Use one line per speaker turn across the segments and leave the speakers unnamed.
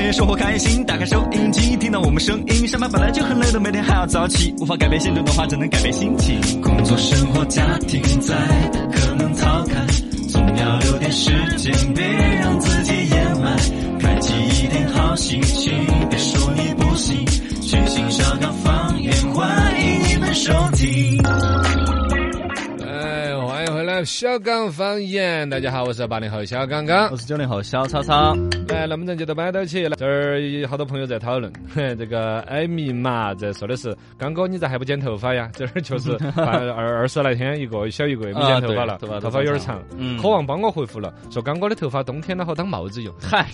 天生活开心，打开收音机，听到我们声音。上班本来就很累的，每天还要早起，无法改变现状的话，只能改变心情。工作、生活、家庭在，可能逃开，总要留点时间，别让自己掩埋。开启一点好心情，别说你不行，全新小岗方言，欢迎你们收听。
哎，欢迎回来，小刚方言。大家好，我是八零后小刚哎刚
我。是九零后小超超，
来，那么咱就到摆到起。这儿有好多朋友在讨论， 嘿这个艾米嘛，这说的是刚哥你咋还不剪头发呀？ 这儿就是二二二十来天一个小一个月没
啊
剪头发了，
对头发
头
都
发有点
长
长。
嗯
渴望帮我回复了，说刚哥的头发冬天了好当帽子用。
嗨，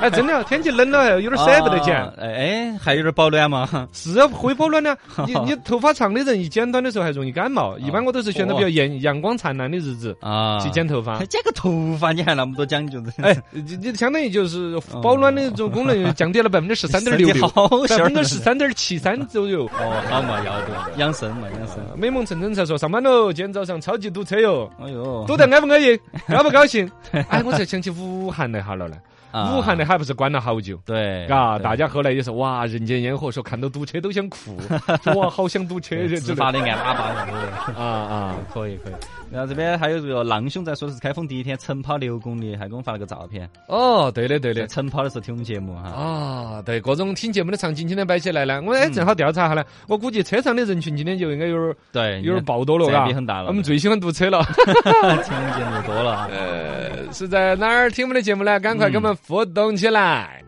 哎，真的，天气冷了有点舍不得剪。
啊哎，哎还有点保暖嘛。
是啊，会保 暖呢。你你头发长的人一剪短的时候还容易感冒。一般我都是选择比较阳阳光灿烂的日子
啊，
去剪头发
还。剪个头发，你还那么多讲究的？
哎，你你相当于就是保暖的这种功能降
哦
低了百分之十三点 六六，
好
百
小
分之十三点七三左右。
哦，好嘛，要得，养生嘛，养生。
美梦晨晨才说上班喽，今天早上超级堵车哟，
哎呦，
堵得安不 安逸，高不高兴？哎，我才想起武汉那哈了呢，
啊
武汉那哈不是关了好久？
对，
嘎，
对
大家后来也是哇，人间烟火，说看到堵车都想 哭，说哇，好想堵车，
自
这
发的按喇叭什么的，
啊啊，
可以可以。然后这边还有这个浪兄在说的是开封第一天晨跑六公里，还给我们发了个照片。
哦，对的对的
在，晨跑的时候听我们节目哈。
啊，对，各种听节目的场景今天摆起来呢，我
嗯
哎正好调查下呢，我估计车上的人群今天就应该有点儿
对，
有点儿爆多了，
占
嘎
比很大了
我们最喜欢堵车了，
听我们节目多了啊。
呃，是在哪儿听我们的节目呢？赶
嗯
快跟我们互动起来。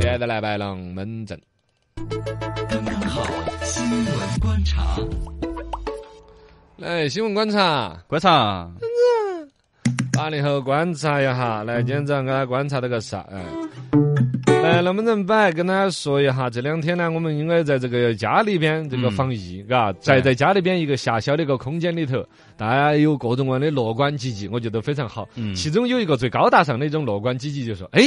接着来摆龙门阵。
刚刚好，新闻观察。
来，哎新闻观察，
观察，
八零后观察一
嗯
下。来，今天早上给大家观察到个啥？哎，来，龙门阵摆，跟大家说一下，这两天呢，我们应该在这个家里边这个
嗯
防疫，嘎、在在家里边一个狭小的一个空间里头，大家有各种各样的乐观积极，我觉得非常好。
嗯
其中有一个最高大上的一种乐观积极，就说，哎，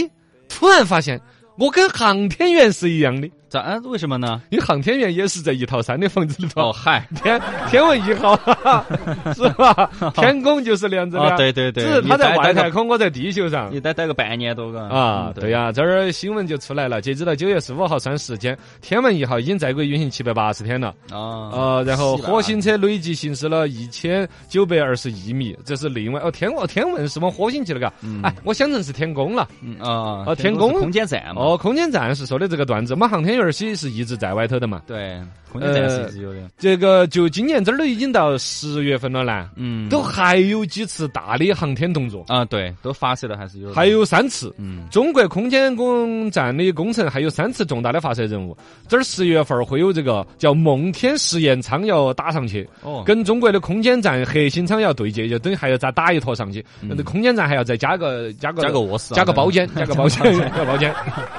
突然发现我跟航天员是一样的。
咋？啊为什么呢？
因为航天员也是在一套山的房子里头，
哦，嗨，
天天问一号 是 吧？天宫就是那样子的、
哦，对对对，
只是他在
你待
外
待
太
个，
空，我在地球上。
你待待个半年多个
啊，
嗯
对呀、这儿新闻就出来了。截止到九月十五号算时间，天问一号已经在轨运行七百八十天了。
啊，
呃，然后
780
火星车累计行驶了一千九百二十一米，这是另外哦，天哦，天问是往火星去了嘎？哎，我想成是天宫了。
嗯啊
啊天
是
宫
空间站嘛，
哦，空间站是说的这个段子，我们航天员儿些是一直在外头的嘛。
对，空间站是一直有的，
这个就今年这儿都已经到十月份了呢，
嗯，
都还有几次大的航天动作，
啊，对，都发射了还是有的，
还有三次。
嗯
中国空间工站的工程还有三次重大的发射任务，这儿十月份儿会有这个叫梦天实验舱要打上去，
哦，
跟中国的空间站核心舱要对接，就等于还要再打一坨上去。那、空间站还要再加个加个
嗯加个卧室啊，
加个
这
包间，加个包间，加个包间。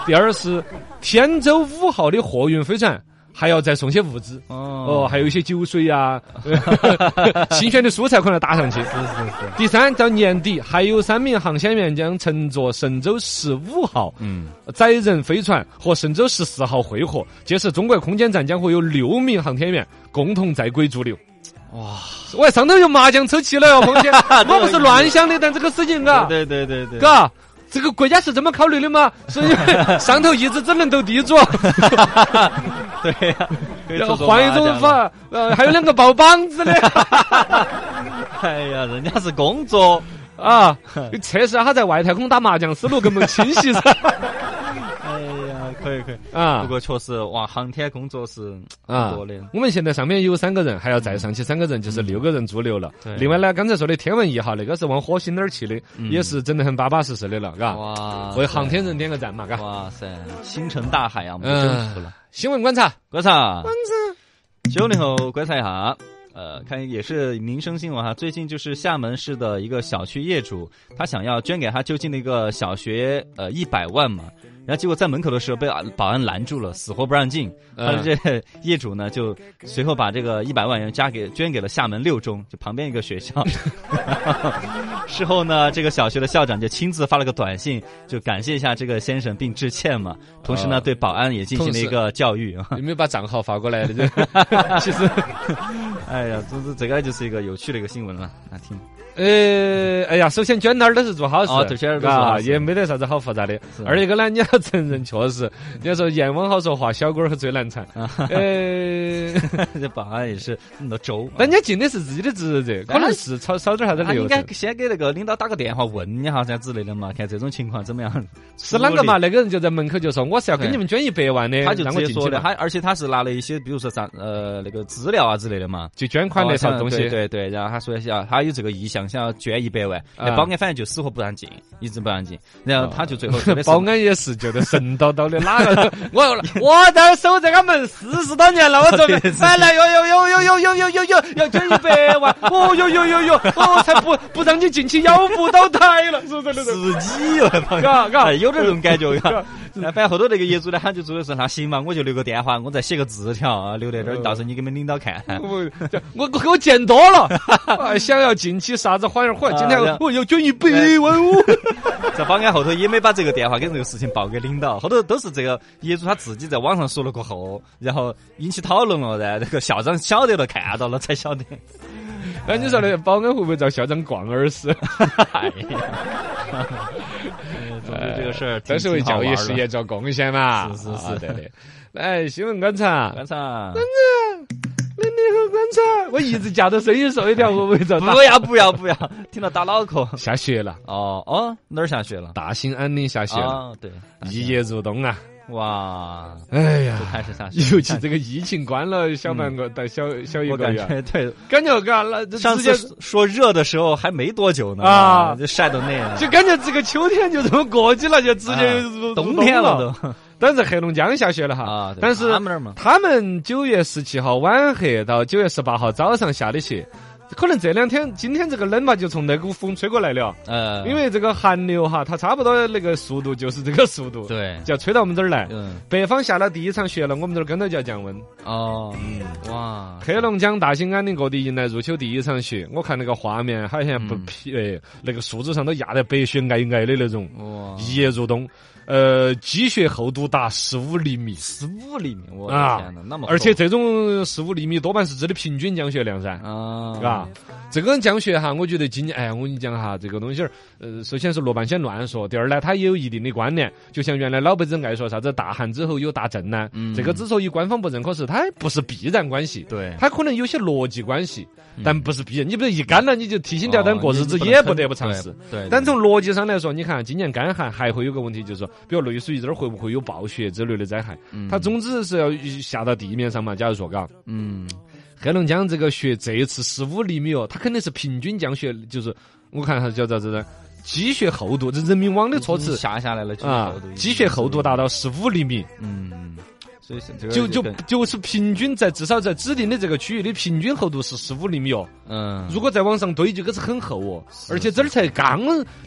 第二是天舟五号的货运飞船还要再送些物资。哦，
哦，
还有一些酒水 呀、新鲜的蔬菜可能打上去。
是是是，
第三，到年底还有三名航天员将乘坐神舟十五号
嗯，
载人飞船和神舟十四号会合，届时中国空间站将会有六名航天员共同在轨驻 留。
哇，
喂，上头用麻将抽起了哟，彭姐， 我不是乱想的，但这个事情啊，
对对对对，
嘎。这个国家是这么考虑的吗？是因为 上头一直只能斗地 主，
对呀，可以
要
做做
换一
麻
种
将，
法，呃，还有两个抱膀子的。
哎呀，人家是工作，
啊，测试他在外太空打麻将思路更不清晰 噻。
哎呀，可以可以，不
啊
过确实哇，航天工作是
啊
很多的，！
我们现在上面有三个人，还要再上去三个人，就是六个人驻留了
对。
另外呢，刚才说的天问一号那个是往火星那儿去的，也是整得很巴巴适适的了，嘎。
嗯哇
为航天人点个赞嘛，嘎。
哇塞，星辰大海啊，我们都征服
嗯
了。，
新闻观察，
观察，观察。九零后观察一下啊，呃，看也是民生新闻哈。最近就是厦门市的一个小区业主，他想要捐给他就近的一个小学呃一百万嘛，然后结果在门口的时候被啊保安拦住了，死活不让进。他
嗯
的呃这业主呢，就随后把这个一百万元加给捐给了厦门六中，就旁边一个学校。事后呢，这个小学的校长就亲自发了个短信，就感谢一下这个先生并致歉嘛。同时呢，
啊
对保安也进行了一个教育。嗯
有没有把账号发过来的？这
其实，哎呀，总之这个就是一个有趣的一个新闻了，那听。
呃，哎呀，首先捐点儿都是做好事，
哦对捐点儿都是做好
啊，
事
也没得啥子好复杂的
是。
二一个呢，你要承认确实，你要说阎王好说话，小鬼儿最 难缠。呃，
这保安也是那么多粥。
人家尽的是自己的职责，可能是少少点啥子
那
流
应该
程。
先给那个领导打个电话问一下噻之类的嘛，看这种情况怎么 样。
是啷个嘛？？那个人就在门口就说：“我是要给你们捐一百万的，
他就
让我
直接
进
说
去
的，
嘛，
他而且他是拿了一些，比如说啥呃那个资料啊之类的嘛。
就捐款的
哦
啥
像
子东
对
西。”
对对，然后他说要他有这个意向，想要捐一百万，那
啊
保安反正就死活不让进，一直不让进，然后他就最后说的 是
保安也是觉得神叨叨的，哪个我我这儿守这个门四十多年了，我准备哎来哟哟哟哟哟哟哟哟哟要捐一百万，哦哟哟哟哟，我才不不让你进去要不倒台了，是不是？是
自己哟，朋友
嘎嘎
哎有点这种感觉
嘎
嘎。那反正后头那个业主呢，他就做的是，那行嘛，我就留个电话，我再写个字条啊，留在这儿，
嗯
到时候你给你们领导看。
我我我见多了，啊想要进去啥子花样花样，今
啊
天我要捐一百万哦。
这保安后头也没把这个电话跟这个事情报给领导，后头都是这个业主他自己在网上说了过后，然后引起讨论了，然后这个校长晓得了，看到了才晓得。
那你说的保安会不会遭校长逛耳屎？
哎 呀，总之 这个事儿挺
都是为教育事。业做贡献嘛，
是是是
啊对的。来，新闻观察，
挺好玩儿的观察，
零零后观察，我一直夹着声音说一条，会不会遭打
不？要不要不要，听到打脑壳。
下雪了，
哦哦，哪儿下雪了？
大兴安岭下雪了，
啊，对，
一夜入冬啊！
哇，
哎
就
呀，
开始下雪了。
尤其这个疫情关了小半个，到小小一
我
个
感
月，
觉对，
感觉嘎，那这
上
直接
次说说热的时候还没多久呢
啊
就晒到那 样，
就感觉这个秋天就这么过去了，就直接
啊
入
冬天
了
了。都
但是黑龙江下雪了哈，
啊对
但是
他们那儿嘛
他们九月十七号晚黑到九月十八号早上下的雪。可能这两天，今天这个冷吧，就从那股风吹过来了。
呃，
因为这个寒流哈，它差不多那个速度就是这个速度，
对，
就要吹到我们这儿来。
嗯，
北方下了第一场雪了，我们这儿跟着就要降温。
哦，嗯，哇，
黑龙江、大兴安岭各地迎来入秋第一场雪，我看那个画面好像不
嗯
匹哎，那个树枝上都压得白雪皑皑的那种。
哇，
一夜入冬，呃，积雪厚度达十五厘米，
十五厘米，我的
啊
天哪，那么厚，
而且这种十五厘米多半是指的平均降雪量噻。
啊，
啊，这个降雪哈，我觉得今年，哎，我跟你讲哈，这个东西儿，呃，首先是罗半仙乱说，第二呢，它也有一定的关联。就像原来老辈子爱说啥子大旱之后有大震呢，
嗯
这个之所以官方不认可，是它不是必然关系，
对
它可能有些逻辑关系，但
嗯
不是必然。你比如一干了，你就提心吊胆
哦
过
你
日
你
子，
不能
也
坑
不得不尝试。
对，对
但从逻辑上来说，你看今年干旱还会有个问题，就是说，比如类似于这儿会不会有暴雪之类的灾害？它，总之是要下到地面上嘛。假如说，嘎，
嗯
黑龙江这个雪这一次十五厘米哦，它肯定是平均降雪，就是我看它叫啥子呢？积雪厚度，这人民网的
嗯，
措辞
下下来了，积雪
啊
厚度，
积雪厚度达，到十五厘米，
嗯，所以是这个
就就
跟
就是平均在至少在指定的这个区域的平均厚度是十五厘米哦。
嗯，
如果再往上堆，就可是很厚哦，
是
而且这儿才刚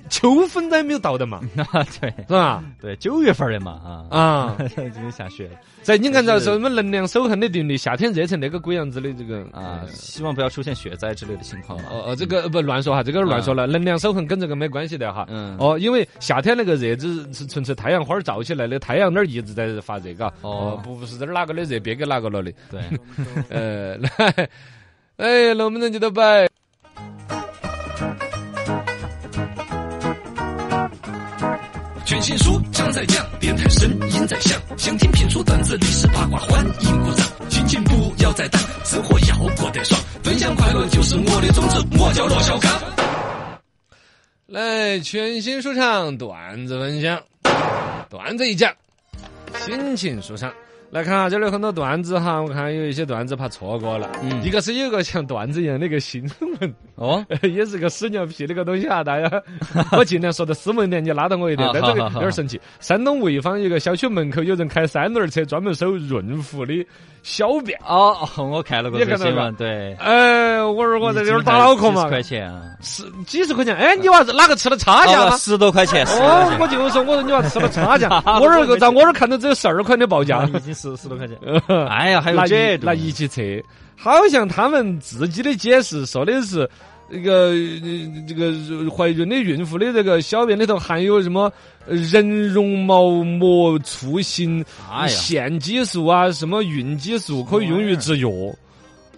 秋分都还没有到的 嘛，
啊 对
是吧？
对，九月份的嘛啊。
啊。
已经下雪了
在你按
就
照
是
什么能量守恒的定律，夏天热成那个鬼样子的这个
啊！
呃
希望不要出现雪灾之类的情况
哦
了。
哦，这个不乱说哈，这个乱说了，能量守恒跟这个没关系的哈。
嗯，
哦，因为夏天那个热只是纯粹太阳花儿照起来的，太阳那儿一直在发热，嘎。
哦
哦，不是这儿哪个的热，别给哪个了的。
对，
呃，来，哎，能不能记得摆？
全新书trang在酱，电台声音在响，想听评书、段子、历史八卦，欢迎鼓掌。心情不要再淡，生活要过得爽，分享快乐就是我的宗旨。我叫罗小刚。
来，全新说唱段子分享，段子一讲，心情舒畅。来看啊，这里有很多段子哈，我看有一些段子怕错过了。
嗯
一个是有个像段子一样的一个新闻，呃
哦，
也是个屎尿屁那个东西啊，大 家，我尽量说的斯文一点，你拉到我一 点
啊，
但这个
好好
有
好
点生气。山东潍坊有个小区门口有人开三轮车，专门收润肤的小便。
哦，我看了过
你
这
也
个
看到
新
了
闻，对，
哎，我说我在这儿打脑壳嘛
几十，块钱啊，
是几十块钱。哎，你娃是哪个吃了差价
哦
吗？
十多块钱，十多块
啊哦
钱，，
我就说，我说你娃吃了 差价，我这儿个在我这儿看到只有十二块的报价
啊，已经十十多块钱， 哎呀，还有
那
这
一
种
那一起车，好像他们自己的解释说的是，这个呃这个怀孕的孕妇的这个小便里头含有什么呃人绒毛膜促性
哎呀
腺激素啊，什么孕激素，可以用于制药。
哎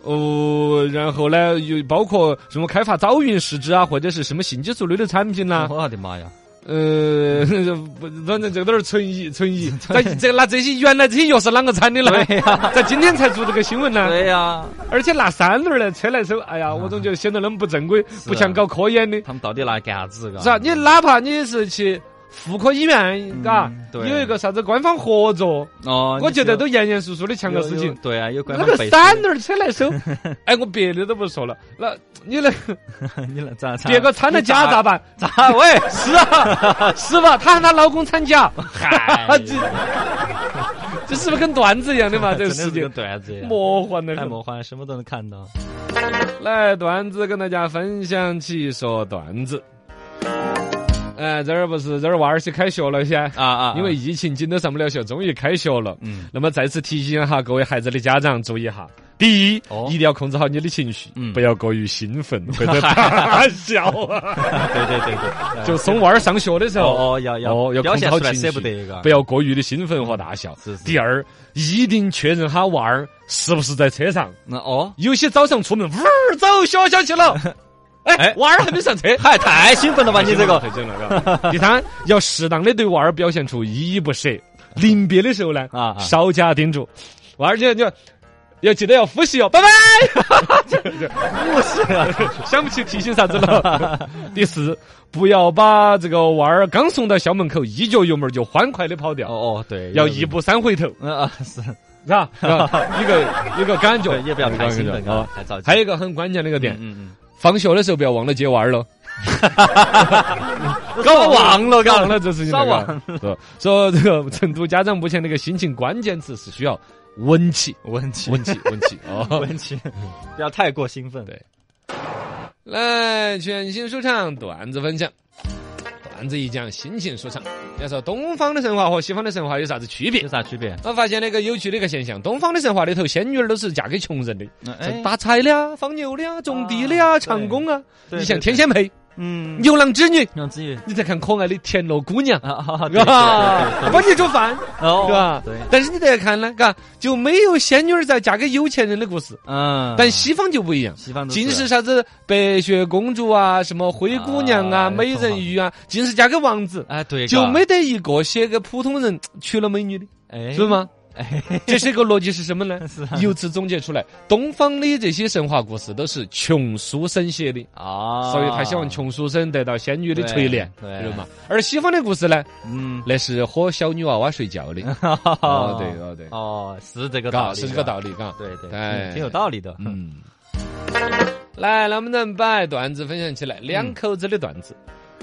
哦，然后呢，又包括什么开发早孕试纸啊，或者是什么性激素类的产品啊呐、
我的妈呀！
呃， 不，反正这都是存疑，存疑。在这那这些原来这些药是啷个产的呢？ 在今天才做这个新闻呢，
对呀、
而且拿三轮儿来车来收，哎呀，我总觉得显得那么不正规，
啊
不像搞科研的，
他们到底拿干啥子？嘎
是吧？啊你哪怕你是去妇科医院，嘎
嗯，对
有一个啥子官方合作，
哦，
我觉得
你
都严严肃肃的像
有
个事情
有。对啊，有关
那
方
个
背书
三轮儿车 来收，哎，我别的都不说了，那你那
你来咋咋？
别个掺了假咋办？
咋喂？
是啊，是吧？她喊她老公掺假。啊，
嗨，
这这 是不是跟段子一样的 嘛？这
真的
个世
是个
界
段子呀，
魔幻的
太
很。
魔幻了，什么都能看到。
来，段子跟大家分享起说段子。哎，这儿不是这儿娃儿去开学了噻？
啊啊！
因为疫情紧都上不了学，终于开学了。
嗯
那么再次提醒一下各位孩子的家长，注意一下。第一，
哦
一定要控制好你的情绪，
嗯
不要过于兴奋 或者大笑啊。
对对对对，
就送娃儿上学的时候，
哦哦要要
哦要
表现
控
出
制好
来
情
舍不
绪
得一个，
不要过于的兴奋和大笑。
嗯是是
第二，一定确认哈娃儿是不是在车上。
那哦，
有些早上出门，呜儿走学校去了，哎
哎，
娃儿还没上车。
嗨，太兴奋了吧你这 个
太真了，嘎第三，要适当的对娃儿表现出依依不舍。临别的时候呢，
啊啊
稍加叮嘱，娃儿就就要记得要复习哦，拜拜。
不是啊，
想不起提醒啥子了。第四，不要把这个娃儿刚送到校门口，一脚油门就欢快的跑掉，
哦哦对，
啊要一步三回头。
嗯啊 是，
是吧？是吧一个一个感觉
对，也不要太兴奋
一个感觉
啊
啊，
太着急。
还有一个很关键的一个点，
嗯
放学的时候不要忘了接娃儿喽，
嗯，搞忘了，
搞
搞
忘了这事情
搞
了。
忘
嘎 是吧说这个成都家长目前那个心情关键词是需要稳起，
文琪，
稳起，稳起 哦。
文琪，不要太过兴奋。
对来，全新说唱段子分享，段子一讲心情舒畅。要说东方的神话和西方的神话有啥子区别
有？啥区别？
我发现了一个有趣的一个现象，东方的神话里头，仙女儿都是嫁给穷人的，
嗯哎，
打柴的啊，放牛的啊，种地的啊，
啊
唱功啊。
对
你像
对
天仙配、
嗯，
牛郎织女，
让子宇
你再看可爱的田螺姑娘，
啊啊，对对对对
啊，帮你煮饭，
哦，
对吧？
对，
但是你再看呢，嘎，就没有仙女儿在嫁给有钱人的故事。
嗯，
但西方就不一样，
西方都
尽是啥子白雪公主啊，什么灰姑娘啊、
啊
美人鱼啊，尽是嫁给王子，
哎对，
就没得一个写给普通人娶了美女的，
哎
是 吗？
哎
这是一个逻辑是什么呢？
是啊
由此总结出来，东方的这些神话故事都是穷书生写的，
啊，
所以他希望穷书生得到仙女的垂怜，
对
知道吗？而西方的故事呢，
嗯，
那是喝小女娃娃睡觉的。哦，对，哦，对，
哦，是这个道
嘎，
理，
是这个道理，嘎。
对对，
哎
挺挺有道理的。嗯，
嗯。来，能不能把段子分享起来？两口子的段子，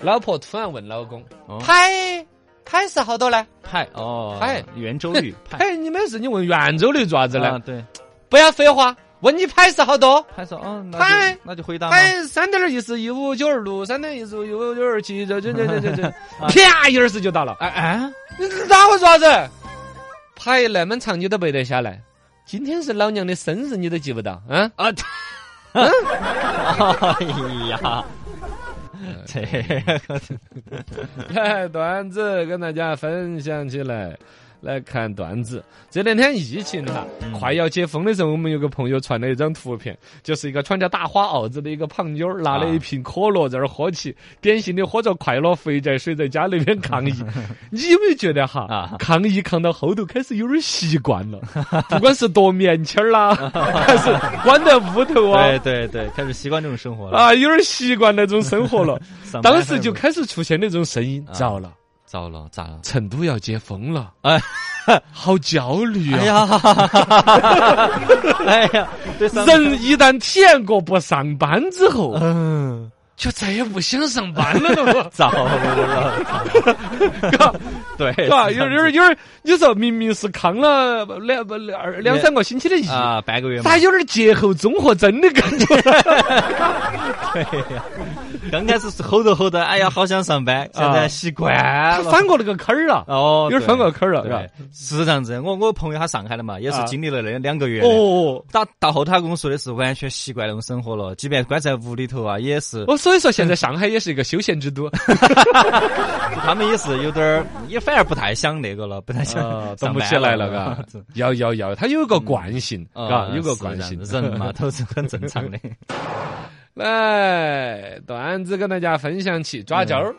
老婆突然问老公
哦：“
拍拍是好多呢
派哦，
派
圆周率？”派
拍，你没事，你问圆周率做啥子
啊，
呢？
对，
不要废话，问你拍是好多。
派说哦，那
派
就那就回答嘛。
哎，三点一四一五九二六，三点一四一五九二七，这这这这这 这，
啊
啪一耳屎就到了。
哎哎，
你打我做啥子？啊拍那么长你都背得下来？今天是老娘的生日，你都记不到啊？
啊，
嗯
哎呀，
嗯
这个
来，段子跟大家分享起来。来看段子，这两天疫情哈，
嗯
快要解封的时候，我们有个朋友传了一张图片，就是一个穿着大花袄子的一个胖妞儿，拿了一瓶可乐在那儿喝起，典型的喝着快乐肥宅水在家那边抗疫。你有没有觉得哈，
啊
抗疫抗到后头开始有点习惯了，不管是躲棉签儿 啦，还是关在屋头啊，
对对对，开始习惯这种生活了。
啊，有点习惯那种 生活了。
上班
当时就
还
开始出现那种声音，
啊
糟了。
糟了，咋了？
成都要解封了，
哎，
好焦虑啊！
哎 呀，哎呀，对，上班
人一旦体验过不上班之后，
嗯，哎
就再也不想上班 了，都。
糟了，
嘎
对，
嘎，
是这
有
样
有有点，有时候明明是抗了两不二两三个星期的疫
子，哎啊，半个月嘛
咋，有点节后综合征的感觉？
刚开始是吼着吼着，哎呀，好想上班，现在习惯
他
了。
翻过那个坎儿了，
哦，
啊有点翻过坎儿了，
对
是吧？
对是这样子。我我朋友他上海的嘛，也是
啊
经历了那两个月的。
哦，
到到后头他跟我说的是完全习惯那种生活了，即便关在屋里头啊，也 是
哦我所以说现在上海也是一个休闲之都，
他们也是有点儿，也反而不太想那个了，不太想
啊动
哦上
不
班
起来了，
了
嘎， 要要要，它有个惯性，
嗯
嘎，有个
是
惯
这样
性
的，人嘛都是很正常 的。
来，段子跟大家分享起抓阄儿。
哦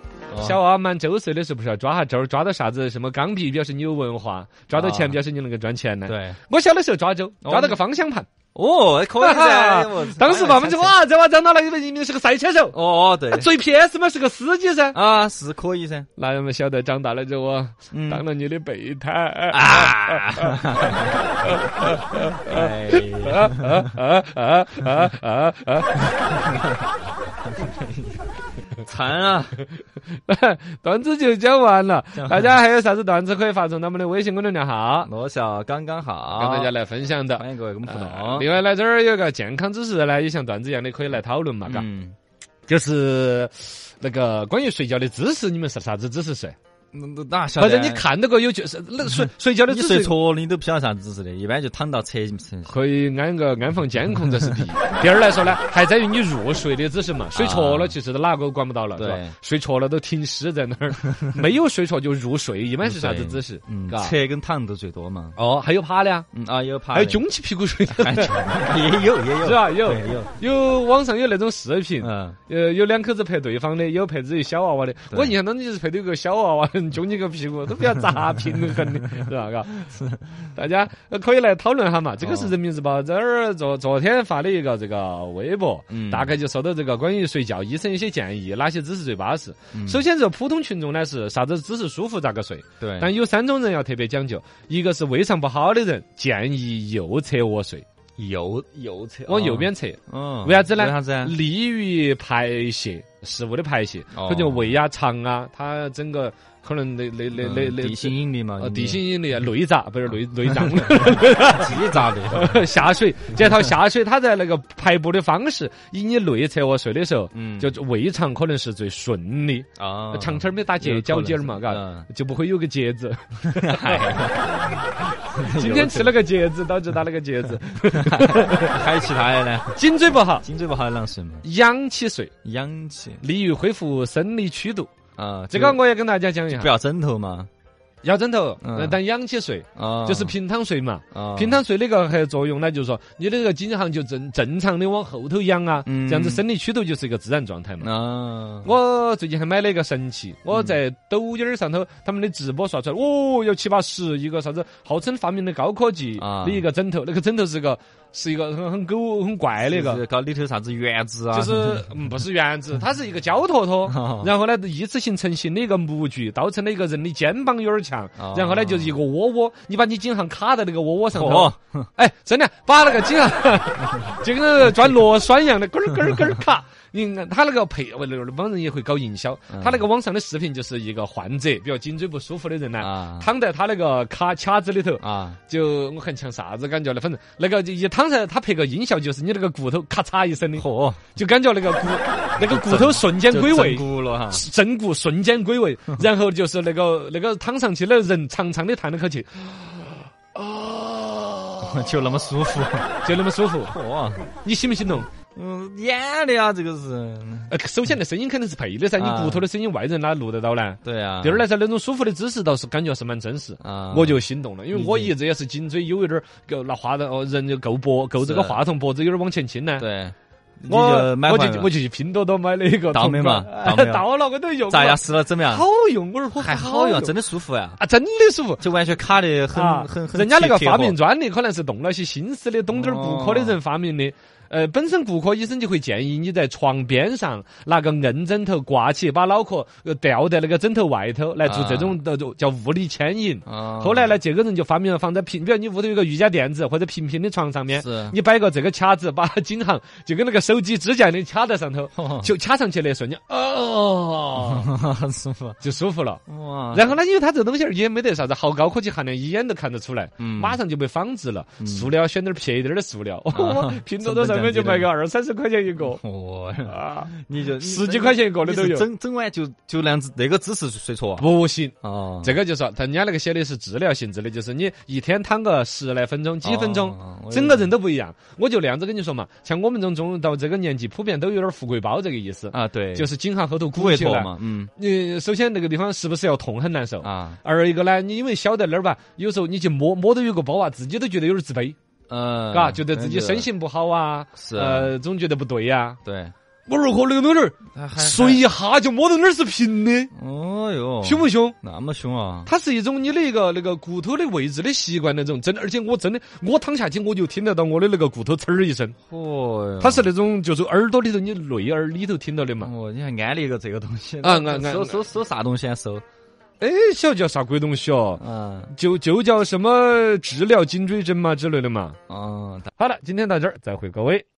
小娃娃满周岁的时候，不是要抓下阄儿？抓到啥子？什么钢笔表示你有文化，抓到
啊
钱表示你能够赚钱呢？，
对，
我小的时候抓阄，抓到个方向盘，。
哦，可以噻
当时爸
我
们就啊哇，这娃长大了，明明是个赛车手，
哦哦对
最 PS 嘛是个司机噻。
啊，是可以�噻。
哪有们晓得长大了之后啊，
嗯
当了你的备胎
啊，哎，
啊啊啊啊啊啊！
馋啊！
段子就讲完了，大家还有啥子段子可以发送到我们的微信公众号，
罗小刚刚呃好，
跟大家来分享的。
欢迎各位跟我们互
啊
动。
另外呢，这儿有个健康知识呢，也像段子一样的可以来讨论嘛，嘎、
嗯，
就是那个关于睡觉的姿势，你们是啥子姿势睡？
那嗯那那晓
或
得？
者你看到过有就是那个睡睡觉的
嗯你
姿
睡
势。
错了，你都不晓得啥姿势的，一般就躺到车身。
可以安个安防监控，这是 第一。第二来说呢，还在于你入睡的姿势嘛。睡错了，其实都哪个管不到了，是吧
啊对？
睡错了都停尸在那 儿，没有睡错就入睡，一般是啥子姿势？
嗯，
嘎。
车跟躺都最多嘛。
哦，还有趴的啊，
嗯啊，也有趴的，
还有撅起屁股 睡的，
哎，也有也有
是吧？有
对有，
有网上有那种视频，
嗯，
呃，有两口子拍对方的，有拍自己小娃娃的。
对
我印象当中就是拍的有个小娃娃，揪你个屁股，都不要砸平衡的，是吧？ 嘎，大家呃可以来讨论一下嘛。这个是人民日报这儿昨昨天发的一个这个微博，
嗯
大概就说到这个关于睡觉，医生一些建议，哪些姿势最巴适。
嗯
首先，这普通群众呢是啥子姿势舒服咋个睡，
对，
但有三种人要特别讲究，一个是胃肠不好的人，建议右侧卧睡，
右右侧
往右，边侧。
哦嗯，
为啥子呢？
为啥子啊？
利于排泄食物的排泄，
哦
可能胃呀、肠啊，它整个可能那那那那
嗯
那
地心引力嘛
呃，地心引力啊内杂不是
嗯
内内脏
机咋 的？
下水，这套下水它在那个排布的方式，以你内侧卧睡的时候，
嗯
就胃肠可能是最顺的，
啊，
肠肠儿没打结
有嗯
交结儿
可能
嘛，
是
嘎
嗯，
就不会有个结子。今
今
天吃了个结子，导致打了个结子，
还有其他的呢？
颈椎不好，
颈椎不好啷睡嘛？
仰起睡，
氧气
利于恢复生理曲度。
啊，
这个我也跟大家讲一下
不。要枕头嘛？
摇枕头，
嗯
呃但仰起睡，
啊，
就是平躺睡嘛。
啊
平躺睡的一个还有作用呢，就是说你的这个颈项就正正常的往后头仰啊，
嗯
这样子生理曲度就是一个自然状态嘛。
啊，
我最近还买了一个神器，我在抖音儿上头他们的直播刷出来，哦，有七八十一个啥子号称发明的高科技
啊
的一个枕头，那个枕头是个是一个很很狗很怪的一
就是
个。
搞里头啥子原子啊，
就是、嗯、不是原子，它是一个胶坨坨
哦，
然后呢一次性成型的一个模具，造成了一个人的肩膀有点强
哦，
然后呢就是一个窝窝，你把你颈项卡在那个窝窝上头
哦，
哎，真的把那个颈 项就跟转螺栓一样的，咯儿咯儿 咯儿卡。你看他那个配，我那帮人也会搞营销。
嗯
他那个网上的视频就是一个患者，比如颈椎不舒服的人呢，
啊
躺在他那个卡卡子里头，
啊，
就我看像啥子感觉呢？反正那个一躺下，他配个音效，就是你那个骨头咔嚓一声的，
嚯，
就感觉那个骨 那个骨头瞬间
就
归
整，
位
骨了 哈，
正骨瞬间 归位，然后就是那个那个躺上去的人长长的叹了口气，
啊就那么舒服，
就那么舒服。
嚯，
你心不心动？
嗯，演的呀，这个是，
呃，首先那声音肯定是配的噻，你
啊
骨头的声音外人哪录得到呢？
对啊，
第二来说，那种舒服的姿势倒是感觉是蛮真实。
啊，
我就心动了，因为
理解
我一直也是颈椎有一点儿够拿话筒哦，人就够脖够这个
是
话筒脖子有点儿往前倾呢。
对，
我
买
我就我就去拼多多买了一个
倒霉嘛
铜
倒
管
霉嘛
到了我都用过
咋样？试了怎么样
好？用，我说
还好用，真的
的
舒服呀，
啊，真的舒服。
就完全卡的很
啊
很很，
人家那个
贴合哦
发明专利可能是动了些心思的，懂点儿骨科的人发明的。呃，本身骨科医生就会建议你在床边上拿个硬枕头挂起，把脑壳呃吊在那个枕头外头来做这种的就叫物理牵引。
啊
后来呢，这个人就发明了放在平，比如你屋头有个瑜伽垫子或者平平的床上面
是，啊
你摆个这个卡子，把颈项就跟那个手机支架的卡在上头，
啊
就卡上去那一瞬间， 哦，
很舒服
就舒服了。
哇
然后呢，因为它这东西儿也没得啥子好高科技含量，一眼都看得出来，
嗯
马上就被仿制了。塑料选点儿便宜点儿的塑料，
啊
我 拼多多
成本
上面就
降低了
卖个二三十块钱一个
哦，
啊，
你就
十几块钱一个的都有。
整整晚就就那样子那个姿势睡着啊？
不行，
哦，
这个就说，他人家那个写的是治疗性质的，就是你一天躺个十来分钟、几分钟
哦，我
整个人都不一样。我就那样子跟你说嘛，像我们这种中到这个年纪，普遍都有点儿富贵包这个意思，
啊，对，
就是颈项后头
骨
鼓
位
起
头
来。
嘛，嗯
你首先那个地方是不是要痛很难受？
啊，
二一个呢，你因为晓得那儿吧，有时候你去摸摸到有个包啊，自己都觉得有点自卑，
呃，
嘎、觉得自己身形不好啊，
是
呃，总觉得不对呀、
对，
我脑壳那个东西儿，睡一下就摸到哪儿是平的，
哦哟，
凶不凶？
那么凶啊？
它是一种你的一个那个骨头的位置的习惯那种，真的，而且我真的，我躺下去我就听得到我的那个骨头呲儿一声，
哦哟，
它是那种就是耳朵里头你内耳里头听到的嘛。
哦，你还安利一个这个东西
啊安安
搜搜搜啥东西啊？搜
哎，晓得叫啥鬼东西哦？
啊
就就叫什么治疗颈椎针嘛之类的嘛。
嗯，
好了，今天到这儿，再会各位。